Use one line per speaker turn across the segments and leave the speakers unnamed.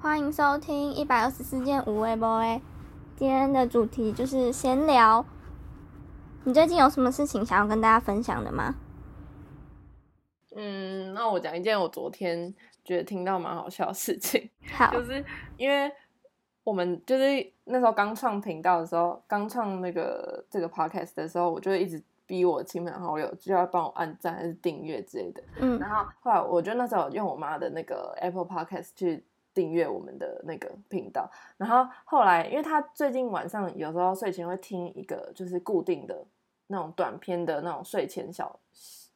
欢迎收听一百二十四件无微博诶。今天的主题就是闲聊。你最近有什么事情想要跟大家分享的吗？
嗯，那我讲一件我昨天觉得听到蛮好笑的事情，
好，
就是因为我们就是那时候刚创频道的时候，刚创那个这个 podcast 的时候，我就一直逼我亲朋好友就要帮我按赞还是订阅之类的。
嗯
然后后来我就那时候用我妈的那个 Apple Podcast 去订阅我们的那个频道，然后后来因为她最近晚上有时候睡前会听一个就是固定的那种短片的那种睡前小，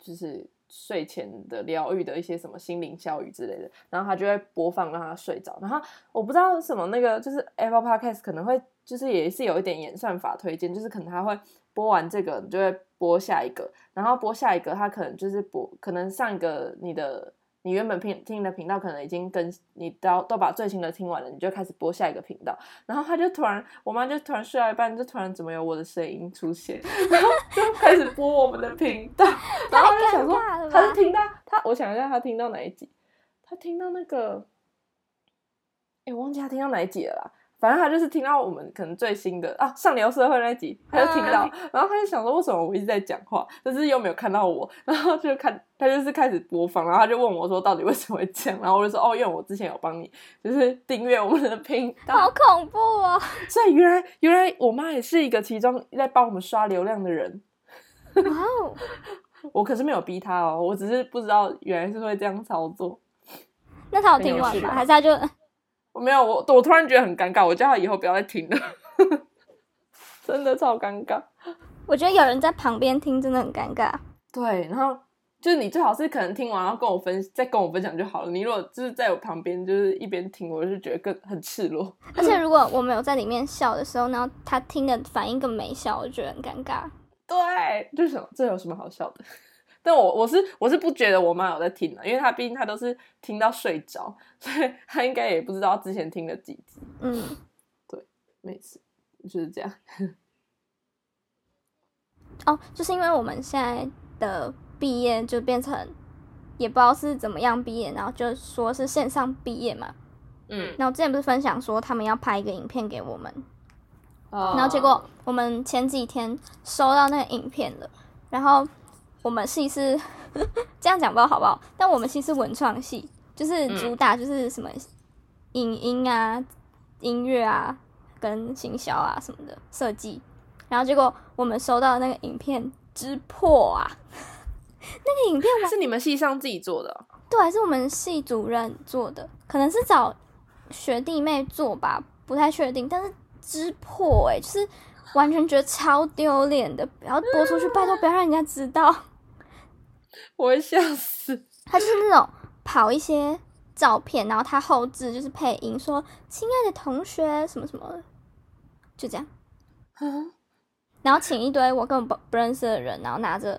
就是睡前的疗愈的一些什么心灵小语之类的，然后她就会播放让她睡着，然后我不知道什么那个就是 Apple Podcast 可能会就是也是有一点演算法推荐，就是可能它会播完这个你就会播下一个，然后播下一个它可能就是播可能上一个你的你原本频听的频道可能已经跟你都都把最新的听完了，你就开始播下一个频道，然后他就突然我妈就突然睡到一半就突然怎么有我的声音出现，然后就开始播我们的频 道，然后我就想说
太尴尬了吧
他是听到他我想一下他听到哪一集，他听到那个。哎、我忘记他听到哪一集了啦。反正他就是听到我们可能最新的啊上流社会那一集，他就听
啊
到，然后他就想说为什么我一直在讲话，但是又没有看到我，然后就看他就是开始播放，然后他就问我说到底为什么会这样，然后我就说哦，因为我之前有帮你就是订阅我们的频
好
道，
恐怖哦！
所以原来原来我妈也是一个其中在帮我们刷流量的人，
哇哦，
我可是没有逼她哦，我只是不知道原来是会这样操作。
那他有听完
很有趣
吗？
吧
还是他就
我没有，我我突然觉得很尴尬，我叫他以后不要再听了， 真的超尴尬。
我觉得有人在旁边听真的很尴
嗯
尬。
对，然后就是你最好是可能听完，然后跟我分，再跟我分享就好了。你如果就是在我旁边，就是一边听，我就觉得更很赤裸。
而且如果我没有在里面笑的时候，然后他听的反应更没笑，我觉得很尴尬。
对，就是什么这有什么好笑的？ 但我我是我是不觉得我妈有在听啊的，因为她毕竟她都是听到睡着，所以她应该也不知道之前听了几集。
嗯，
每次就是这样。
哦，就是因为我们现在的毕业就变成也不知道是怎么样毕业，然后就说是线上毕业嘛。
嗯，
然后我之前不是分享说他们要拍一个影片给我们，
哦
然后结果我们前几天收到那个影片了，然后我们系是 这样讲不知道好不好，但我们系是文创系，就是
嗯
主打就是什么影音啊、音乐啊、跟行销啊什么的设计，然后结果我们收到的那个影片之破啊，那个影片
是你们系上自己做的哦、
对，是我们系主任做的，可能是找学弟妹做吧，不太确定。但是知破哎、就是完全觉得超丢脸的，不要播出去，拜托不要让人家知道。
我会笑死。
他就是那种跑一些照片，然后他后置就是配音说“亲爱的同学”什么什么的，就这样。然后请一堆我根本不不认识的人，然后拿着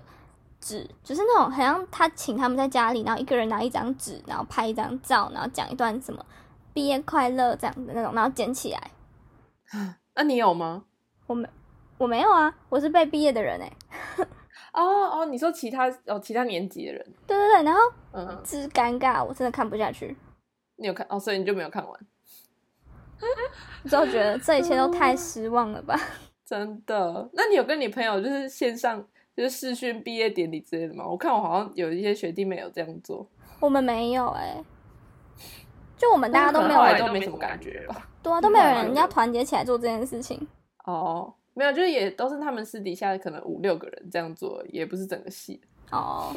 纸，就是那种好像他请他们在家里，然后一个人拿一张纸，然后拍一张照，然后讲一段什么毕业快乐这样的那种，然后捡起来。
那、啊你有吗？
我没有啊，我是被毕业的人哎、
哦哦，你说其他哦，其他年级的人，
对对对，然后
嗯，
之尴尬，我真的看不下去，
你有看哦，所以你就没有看完，
之后觉得这一切都太失望了吧。
真的？那你有跟你朋友就是线上就是视讯毕业典礼之类的吗？我看我好像有一些学弟妹有这样做，
我们没有哎、就我们大家都没
后
有
来
人，
都没什么感觉吧？
对啊，都没有人要团结起来做这件事情。
哦，没有，就是也都是他们私底下可能五六个人这样做，也不是整个系，
哦，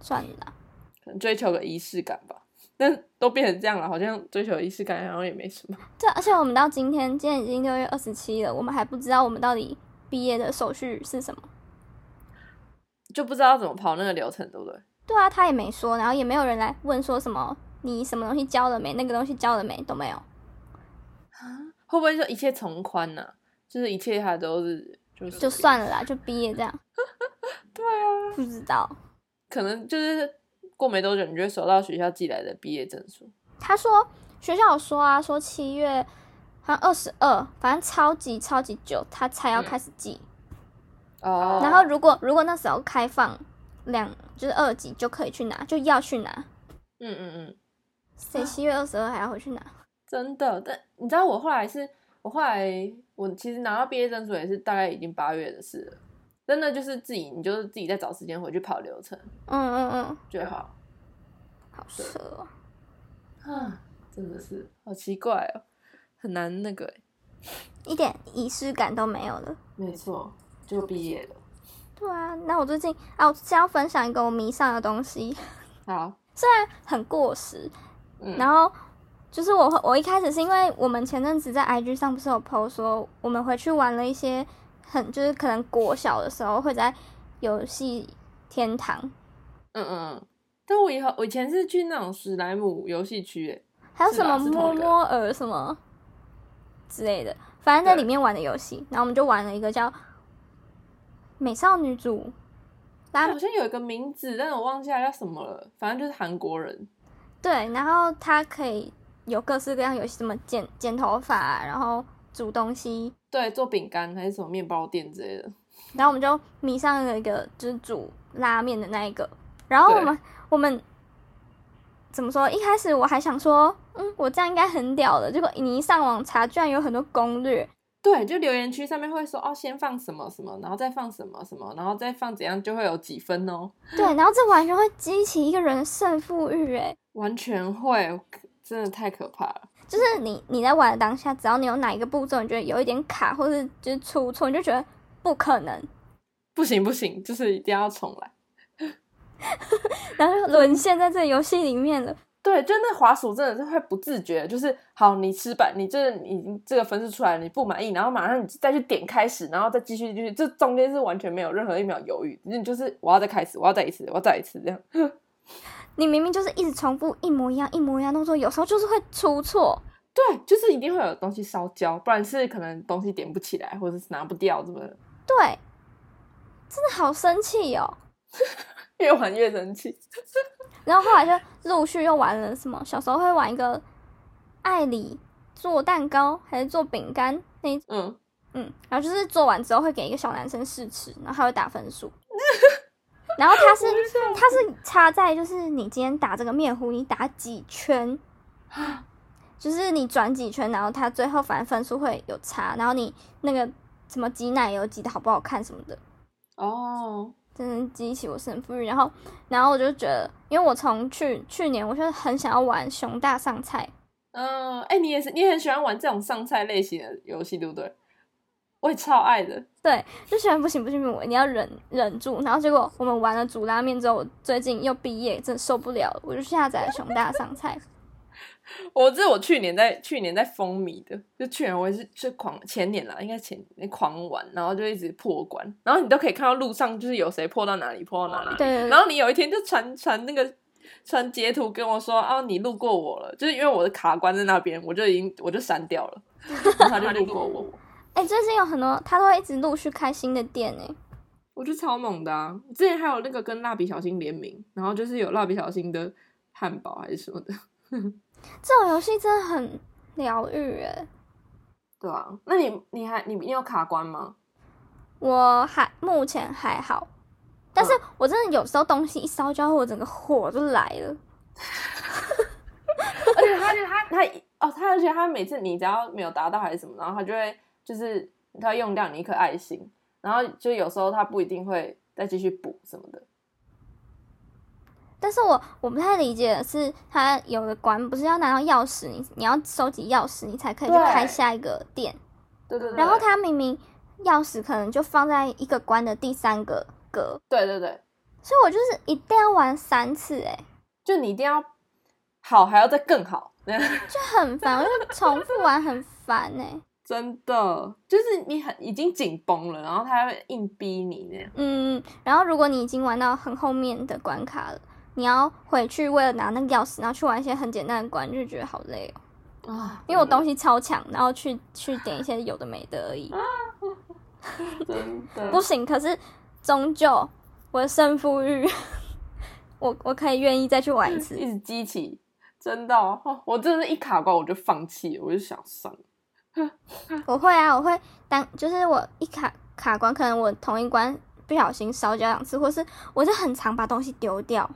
算了啦，
可能追求个仪式感吧。但都变成这样了，好像追求仪式感好像也没什么。
对，而且我们到今天，今天已经六月二十七了，我们还不知道我们到底毕业的手续是什么。
就不知道怎么跑那个流程，对不对？
对啊，他也没说，然后也没有人来问说什么你什么东西交了没，那个东西交了没都没有。
会不会就一切从宽呢、就是一切它都是就是
就算了啦，就毕业这样。
对啊，
不知道，
可能就是过没多久你就会收到学校寄来的毕业证书。
他说学校有说啊，说七月好像二十二，反正超级超级久，他才要开始寄。
哦
然后如果如果那时候开放两就是二级就可以去拿，就要去拿。
嗯嗯嗯，
谁七月二十二还要回去拿？
真的。但你知道我后来是，我后来我其实拿到毕业证书也是大概已经八月的事了，真的就是自己，你就是自己再找时间回去跑流程
嗯嗯嗯，
就好。
好扯哦。
啊，真的是好奇怪哦，很难那个欸。
一点仪式感都没有了。
没错，就毕业了。
对啊，那我最近啊，我是要分享一个我迷上的东西，
好，
很过时。
嗯
然后就是我我一开始是因为我们前阵子在 IG 上不是有 PO 说我们回去玩了一些很就是可能国小的时候会在游戏天堂，
嗯嗯嗯。但我以后我以前是去那种史莱姆游戏区，哎，
还有
是
什么
吧是同
摸
一个
摸耳什么之类的，反正在
对
里面玩的游戏。然后我们就玩了一个叫美少女组拉
好像有一个名字，但我忘记它叫什么了。反正就是韩国人。
对，然后它可以有各式各样游戏，什么剪剪头发，啊然后煮东西，
对，做饼干还是什么面包店之类的。
然后我们就迷上了一个就是煮拉面的那一个，然后我
对
们我们怎么说？一开始我还想说，嗯，我这样应该很屌的，结果你一上网查，居然有很多攻略，
对，就留言区上面会说哦，先放什么什么，然后再放什么什么，然后再放怎样，就会有几分哦。
对，然后这完全会激起一个人的胜负欲，欸诶，
完全会，真的太可怕了。
就是你你在玩的当下，只要你有哪一个步骤你觉得有一点卡，或是就是出错，你就觉得不可能，
不行不行，就是一定要重来。
然后就沦陷在这个游戏里面了。
对，就那滑鼠真的是会不自觉，就是好，你失败，你这已经这个分数出来，你不满意，然后马上你再去点开始，然后再继续继续，这中间是完全没有任何一秒犹豫，你就是我要再开始，我要再一次，我要再一次这样。
你明明就是一直重复一模一样、一模一样动作，有时候就是会出错。
对，就是一定会有东西烧焦，不然是可能东西点不起来，或者是拿不掉，怎么的
对，真的好生气哦。
越玩越生气。
然后后来就陆续又玩了什么，小时候会玩一个艾里做蛋糕还是做饼干那一
嗯，
嗯，然后就是做完之后会给一个小男生试吃，然后他会打分数。然后他是他是插在就是你今天打这个面糊，你打几圈，就是你转几圈，然后他最后反正分数会有差，然后你那个什么挤奶油挤的好不好看什么的，
哦，
真的激起我胜负欲。然后然后我就觉得，因为我从去去年我就很想要玩熊大上菜，
嗯，哎、你也是，你也很喜欢玩这种上菜类型的游戏，对不对？我也超爱的。
对，就觉得不行不行，不行我一定要忍忍住。然后结果我们玩了煮拉面之后，我最近又毕业，真的受不了了，我就下载了熊大上菜。
我这是我去年在去年在风靡的，就去年我也是就狂前年啦，应该前狂玩，然后就一直破关，然后你都可以看到路上就是有谁破到哪里，破到哪里。
对对对
然后你有一天就传传那个传截图跟我说，哦，你路过我了，就是因为我的卡关在那边，我就已经我就删掉了，然后他就路过我，
哎、最近有很多，他都会一直陆续开新的店哎、
我就超猛的啊！之前还有那个跟蜡笔小新联名，然后就是有蜡笔小新的汉堡还是什么的，
这种游戏真的很疗愈哎。
对啊，那你你还你你有卡关吗？
我还目前还好，但是
嗯
我真的有时候东西一烧焦，我整个火就来了。
而且他就他他哦，他而且他每次你只要没有达到还是什么，然后他就会就是他会用掉你一颗爱心，然后就有时候他不一定会再继续补什么的。
但是我我不太理解的是，它有的关不是要拿到钥匙，你你要收集钥匙，你才可以去
对
开下一个店。
对对对，
然后他明明钥匙可能就放在一个关的第三个格，
对对对，
所以我就是一定要玩三次、欸，哎，
就你一定要好，还要再更好，
就很烦，我就重复玩很烦哎、欸
真的就是你很已经紧绷了，然后他会硬逼你那样。
嗯，然后如果你已经玩到很后面的关卡了，你要回去为了拿那个钥匙，然后去玩一些很简单的关，就觉得好累哦、
啊，
因为我东西超强，然后去去点一些有的没的而已，
真的
不行。可是终究我的胜负欲， 我我可以愿意再去玩一次。
一直激起，真的哦，哦我真的是一卡关我就放弃了，我就想算了，
我会啊，我会当就是我一卡卡关，可能我同一关不小心少交两次，或是我就很常把东西丢
嗯
掉，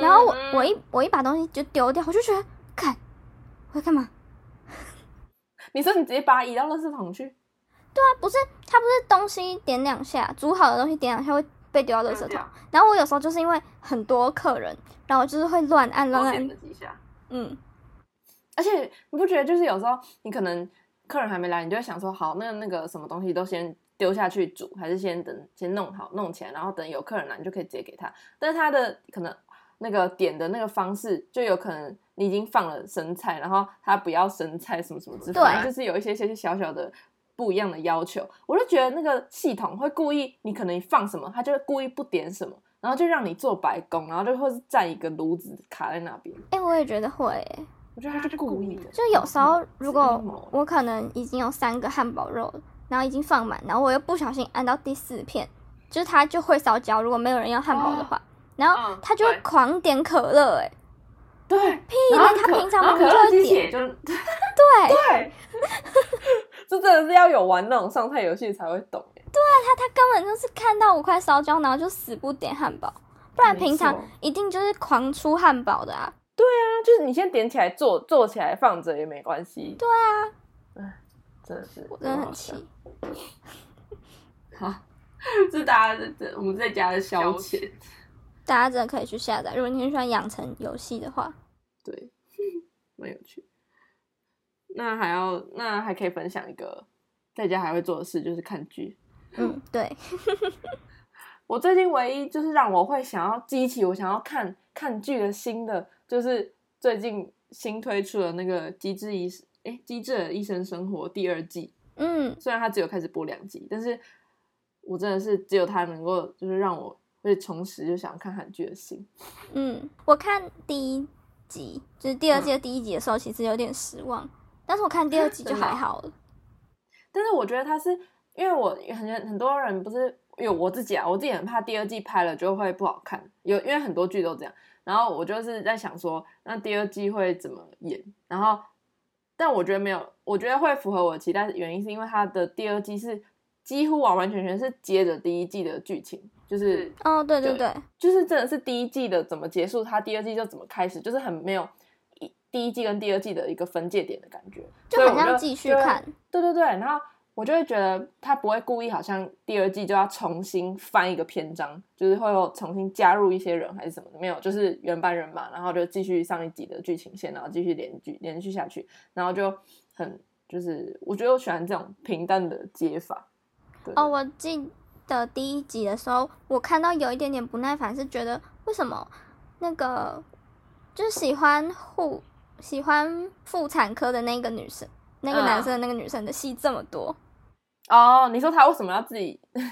然后我我一我一把东西就丢掉，我就觉得看我我在干嘛？
你说你直接把它移到垃圾桶去？
啊，不是，它不是东西点两下，煮好的东西点两下会被丢到垃圾
嗯
桶。
啊
然后我有时候就是因为很多客人，然后我就是会乱按乱
我点
按
了，几下，
嗯，
而且你不觉得就是有时候你可能客人还没来，你就会想说，好，那那个什么东西都先丢下去煮，还是先等先弄好弄起来，然后等有客人来你就可以直接给他。但是他的可能那个点的那个方式，就有可能你已经放了生菜，然后他不要生菜什么什么之类，
对
反正就是有一些些小小的。不一样的要求，我就觉得那个系统会故意，你可能放什么，他就会故意不点什么，然后就让你做白工，然后就会是占一个炉子卡在那边。
哎、我也觉得会、欸，
我觉得他是故意的，
就有时候
嗯
如果
是阴谋
我可能已经有三个汉堡肉，然后已经放满，然后我又不小心按到第四片，就是它就会烧焦。如果没有人要汉堡的话，然后
嗯
它就会
对
狂点可乐、欸，哎，
对，
屁
然
嘞
后！
它
可
平常
然
明
后
明就会
可乐鸡血
点，
就
对，
对， 这真的是要有玩那种上菜游戏才会懂耶。
他根本就是看到我快烧焦，然后就死不点汉堡，不然平常
没错
一定就是狂出汉堡的啊。
那就是你先点起来做，做起来放着也没关系。对啊，哎，真的是，
真的很气，
好，这大家这我们在家的消
消
遣。
大家真的可以去下载。如果你很喜欢养成游戏的话，
对，蛮有趣。那还要，那还可以分享一个在家还会做的事，就是看剧。
嗯，对，
我最近唯一就是让我会想要激起我想要看看剧的新的，就是最近新推出的那个《机智医生》哎，《机智的医生生活》第二季，
嗯，
虽然它只有开始播两集，但是我真的是只有它能够就是让我会重拾就想看韩剧的心。
嗯，我看第一集，就是第二季的第一集的时候，其实有点失望，但是我看第二集就还好了。
但是我觉得它是因为我很很多人不是有我自己啊，我自己很怕第二季拍了就会不好看，有因为很多剧都这样。然后我就是在想说，那第二季会怎么演？然后，但我觉得没有，我觉得会符合我的期待，原因是因为它的第二季是几乎完完全全是接着第一季的剧情，就是
是
哦，对对
对
对，
就是真的是第一季的怎么结束，它第二季就怎么开始，就是很没有一第一季跟第二季的一个分界点的感觉，
就
所以
很
我
像继续
就会
看。
对对对，然后我就会觉得他不会故意，好像第二季就要重新翻一个篇章，就是会有重新加入一些人还是什么的，没有，就是原班人马，然后就继续上一集的剧情线，然后继续连续连续下去，然后就很就是我觉得我喜欢这种平淡的解法。对
哦，我记得第一集的时候，我看到有一点点不耐烦，是觉得为什么那个就是喜欢护喜欢妇产科的那个女生，那个男
嗯
生的那个女生的戏这么多？
哦，你说他为什么要自己？ 嗯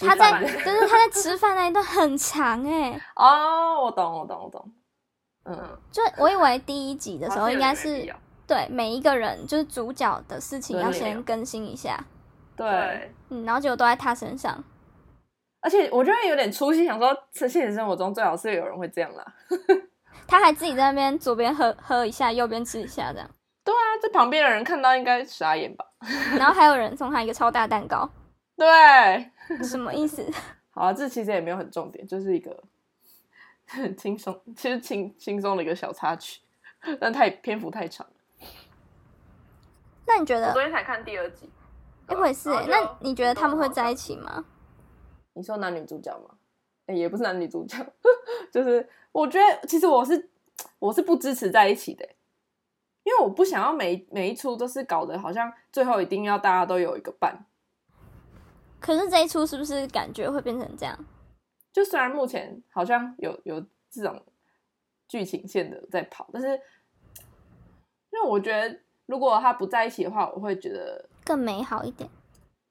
他在
吃
就是他在吃饭那一段很长哎、
哦，我懂，我懂，我懂。嗯，
就我以为第一集的时候应该是
有
对每一个人就是主角的事情
对
要
对
先更新一下，
对
对，
嗯，然后结果都在他身上。
而且我觉得有点粗心，想说，现实生活中最好是有人会这样啦。
他还自己在那边左边喝喝一下，右边吃一下 这样，
对啊，这旁边的人看到应该傻眼吧？
然后还有人送他一个超大蛋糕，
对，
什么意思？
好啊，这其实也没有很重点，就是一个很轻松，其实轻轻松的一个小插曲，但太篇幅太长了。
那你觉得
啊
我昨天才看第二集。
一回事、
然
欸
后？就
那你觉得他们会在一
起？
起吗？
你说男女主角吗？诶也不是男女主角， 就是我觉得其实我是我是不支持在一起的，欸因为我不想要每每一出都是搞得好像最后一定要大家都有一个伴，
可是这一出是不是感觉会变成这样？
就虽然目前好像有有这种剧情线的在跑，但是因为我觉得如果他不在一起的话，我会觉得
更美好一点？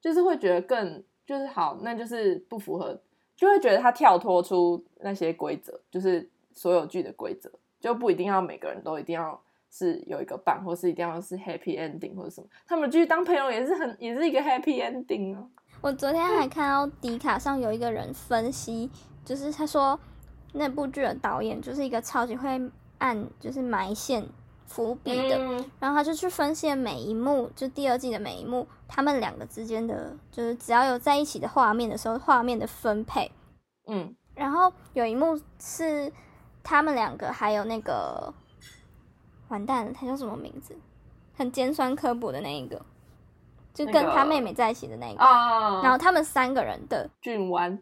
就是会觉得更就是好，那就是不符合，就会觉得他跳脱出那些规则，就是所有剧的规则，就不一定要每个人都一定要是有一个伴，或是一定要是 happy ending 或者什么，他们继续当朋友也是很也是一个 happy ending 啊。
我昨天还看到迪卡上有一个人分析，就是他说那部剧的导演就是一个超级会按就是埋线伏笔的，
嗯，
然后他就去分析了每一幕，就第二季的每一幕，他们两个之间的，就是只要有在一起的画面的时候，画面的分配。
嗯，
然后有一幕是他们两个还有那个，啊，完蛋了，他叫什么名字？很尖酸刻薄的那一个，就跟他妹妹在一起的那一个。
啊
然后他们三个人的
俊湾，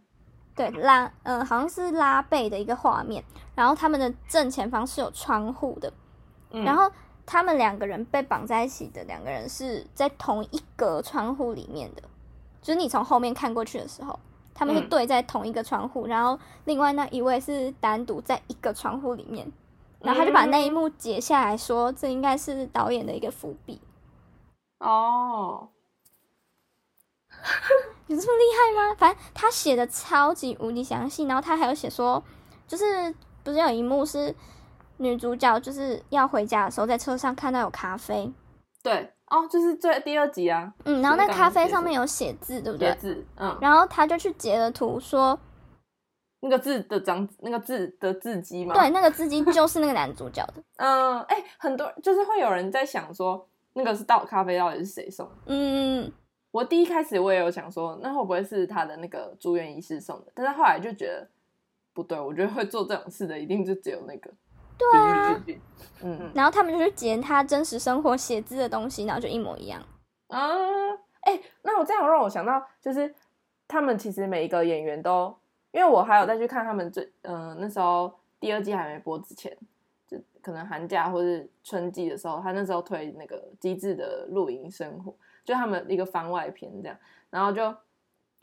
对拉，呃，好像是拉背的一个画面。然后他们的正前方是有窗户的，
嗯
然后他们两个人被绑在一起的两个人是在同一个窗户里面的，就是你从后面看过去的时候，他们是
嗯
对在同一个窗户，然后另外那一位是单独在一个窗户里面，然后他就把那一幕截下来说，这应该是导演的一个伏笔。
哦，
有这么厉害吗？反正他写的超级无敌详细，然后他还有写说，就是不是有一幕是女主角就是要回家的时候，在车上看到有咖啡，
对，哦，就是最第二集啊，
嗯，然后那
是刚
咖啡
结束
上面有写字，对不
叠
对？
字，嗯，
然后他就去截了图说，
那个字的长，那个字的字迹嘛，
对，，那个字迹就是那个男主角的，
嗯，哎、很多就是会有人在想说，那个是到咖啡到底是谁送的？
嗯，
我第一开始我也有想说，那会不会是他的那个住院医师送的？但是后来就觉得不对，我觉得会做这种事的一定就只有那个，
对啊。
比喻
嗯嗯
然后他们就去截他真实生活写字的东西，然后就一模一样。
啊，哎、那我这样让我想到，就是他们其实每一个演员都，因为我还有再去看他们最，嗯、那时候第二季还没播之前，就可能寒假或是春季的时候，他那时候推那个《机智的露营生活》，就他们一个番外篇这样，然后就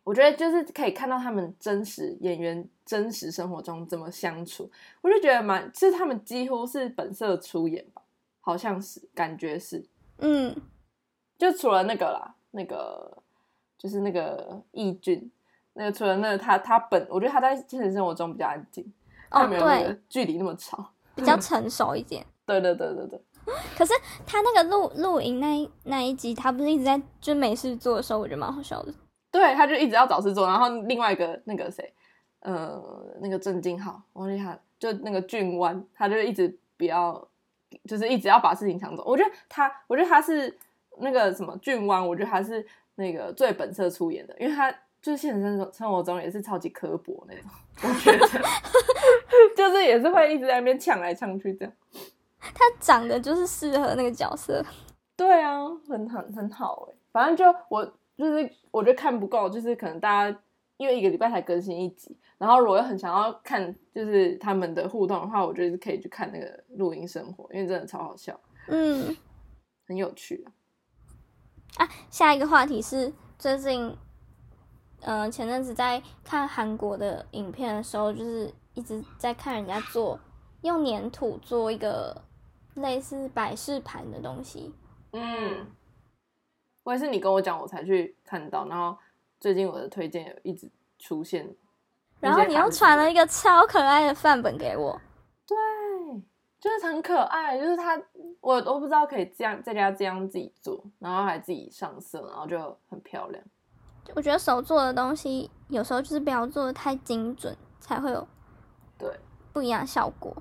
我觉得就是可以看到他们真实演员真实生活中怎么相处，我就觉得蛮，是他们几乎是本色出演吧，好像是，感觉是。
嗯，
就除了那个啦，那个就是那个易俊，那个除了那个他他本，我觉得他在现实生活中比较安静，
哦
他没有那
对
个，距离那么吵。
比 较成熟一点。
对对对对对，
可是他那个露露营那一那一集，他不是一直在就没事做的时候，我觉得蛮好笑的。
对，他就一直要找事做。然后另外一个那个谁，呃，那个郑敬浩，我忘记他了，就那个俊湾，他就一直不要，就是一直要把事情抢走。我觉得他，我觉得他是那个什么俊湾，我觉得他是那个最本色出演的，因为他就是现实生活生活中也是超级刻薄那种，我觉得 就是也是会一直在那边抢来抢去这样。
他长得就是适合那个角色。
对啊，很很很好哎、反正就我就是我觉得看不够，就是可能大家因为一个礼拜才更新一集，然后如果又很想要看就是他们的互动的话，我觉得可以去看那个录音生活，因为真的超好笑，
嗯，
很有趣啊。
下一个话题是最近，嗯、前阵子在看韩国的影片的时候，就是一直在看人家做用粘土做一个类似摆饰盘的东西。
嗯，我也是你跟我讲我才去看到，然后最近我的推荐有一直出现一些韩
然
剧，
后你又传了一个超可爱的范本给我，
对，就是很可爱，就是他，我都不知道可以这样在家这样自己做，然后还自己上色，然后就很漂亮。
我觉得手做的东西有时候就是不要做的太精准，才会有
对
不一样的效果。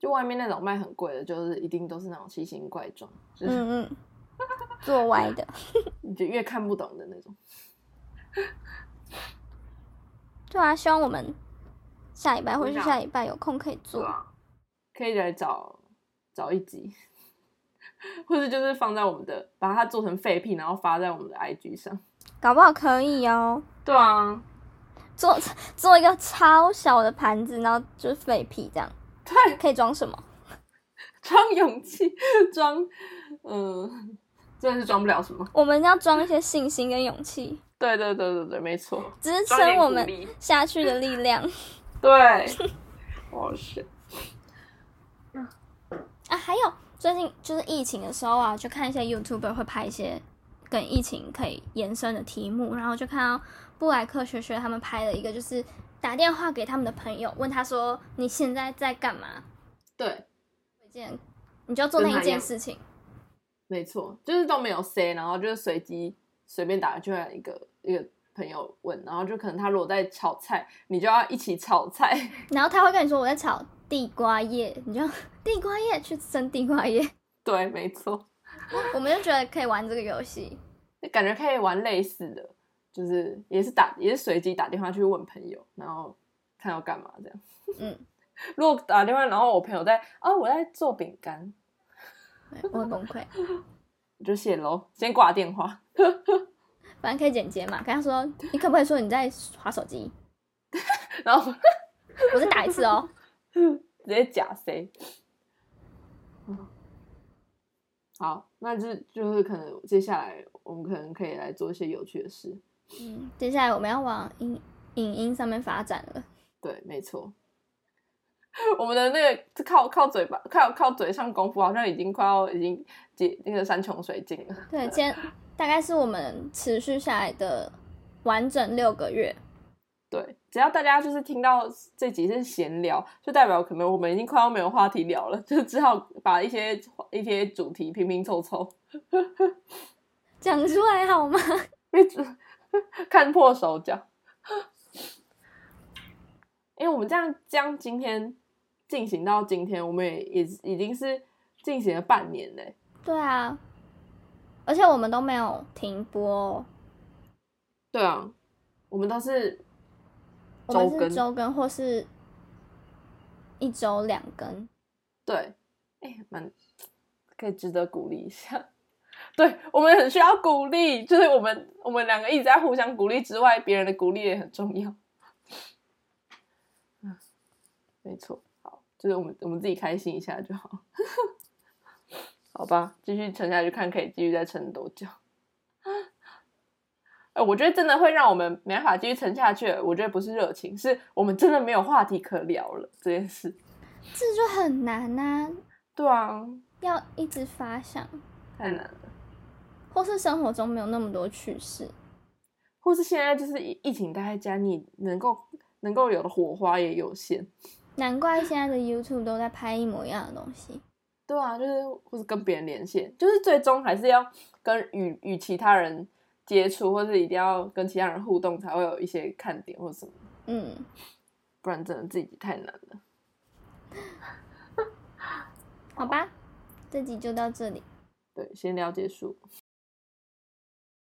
就外面那种卖很贵的，就是一定都是那种奇形怪状，就是
嗯嗯，做歪的。
你就越看不懂的那种。
对啊，希望我们下礼拜或
我
者是
想
下礼拜有空可以
对
做。
啊
吧？
可以来找找一集， 或者就是放在我们的，把它做成废品，然后发在我们的 IG 上。
搞不好可以哦。
对啊，
做 做一个超小的盘子，然后就是废皮这样，
对，
可以装什么？
装勇气，装，嗯、
真的是装不了什么，
我们要装一些信心跟勇气，
对对对对对，没错，
支
装点
撑我
鼓
们
励
下去的力量
对，我是
啊！还有最近就是疫情的时候啊，就看一些 YouTuber 会拍一些跟疫情可以延伸的题目，然后就看到布莱克学学他们拍了一个，就是打电话给他们的朋友，问他说你现在在干嘛？
对，
一件，你就要做
跟
那
他
一
一
件
样
事情。
没错，就是都没有 say，然后就是随机随便打就来一个一个朋友问，然后就可能他如果在炒菜，你就要一起炒菜。
然后他会跟你说我在炒地瓜叶，你就 地瓜叶去生地瓜叶，
对，没错。
我们就觉得可以玩这个游戏。
感觉可以玩类似的，就是也是打也是随机打电话去问朋友，然后看要干嘛这样。
嗯，
如果打电话，然后我朋友在啊、我在做饼干，
对我会崩溃。
我就谢喽，先挂电话。
反正可以剪接嘛，跟他说你可不可以说你在划手机？
然后
我再打一次 哦。
直接假 C。好，那这就是可能接下来我们可能可以来做一些有趣的事。
嗯，接下来我们要往影影音上面发展了。
对，没错。我们的那个靠靠嘴巴靠靠嘴上功夫，好像已经快要已经解那个山穷水尽了。
对，今天大概是我们持续下来的完整六个月。
对，只要大家就是听到这集是闲聊，就代表可能我们已经快要没有话题聊了，就只好把一些一些主题拼拼凑凑，
讲出来好吗？
因为只看破手脚。 因为我们这样这样今天进行到今天，我们也也已经是进行了半年嘞。
对啊，而且我们都没有停播哦，
对啊，我们都是
我们
更
是周更或是一周两更。
对，哎、蛮可以值得鼓励一下。 对我们很需要鼓励，就是我们我们两个一直在互相鼓励之外，别人的鼓励也很重要。嗯，没错，好，就是我们我们自己开心一下就好。 好吧，继续撑下去，看可以继续再撑多久。 哎、我觉得真的会让我们没办法继续撑下去。我觉得不是热情，是我们真的没有话题可聊了这件事。
这就很难呐、
对啊，
要一直发想，
太难了。
或是生活中没有那么多趣事。
或是现在就是疫疫情待在家，你能够能够有的火花也有限。
难怪现在的 YouTube 都在拍一模一样的东西。
对啊，就是或是跟别人连线，就是最终还是要跟与与其他人接触，或是一定要跟其他人互动，才会有一些看点或什么，
嗯，
不然真的自己太难了。
好吧，这集就到这里。
对，先聊结束。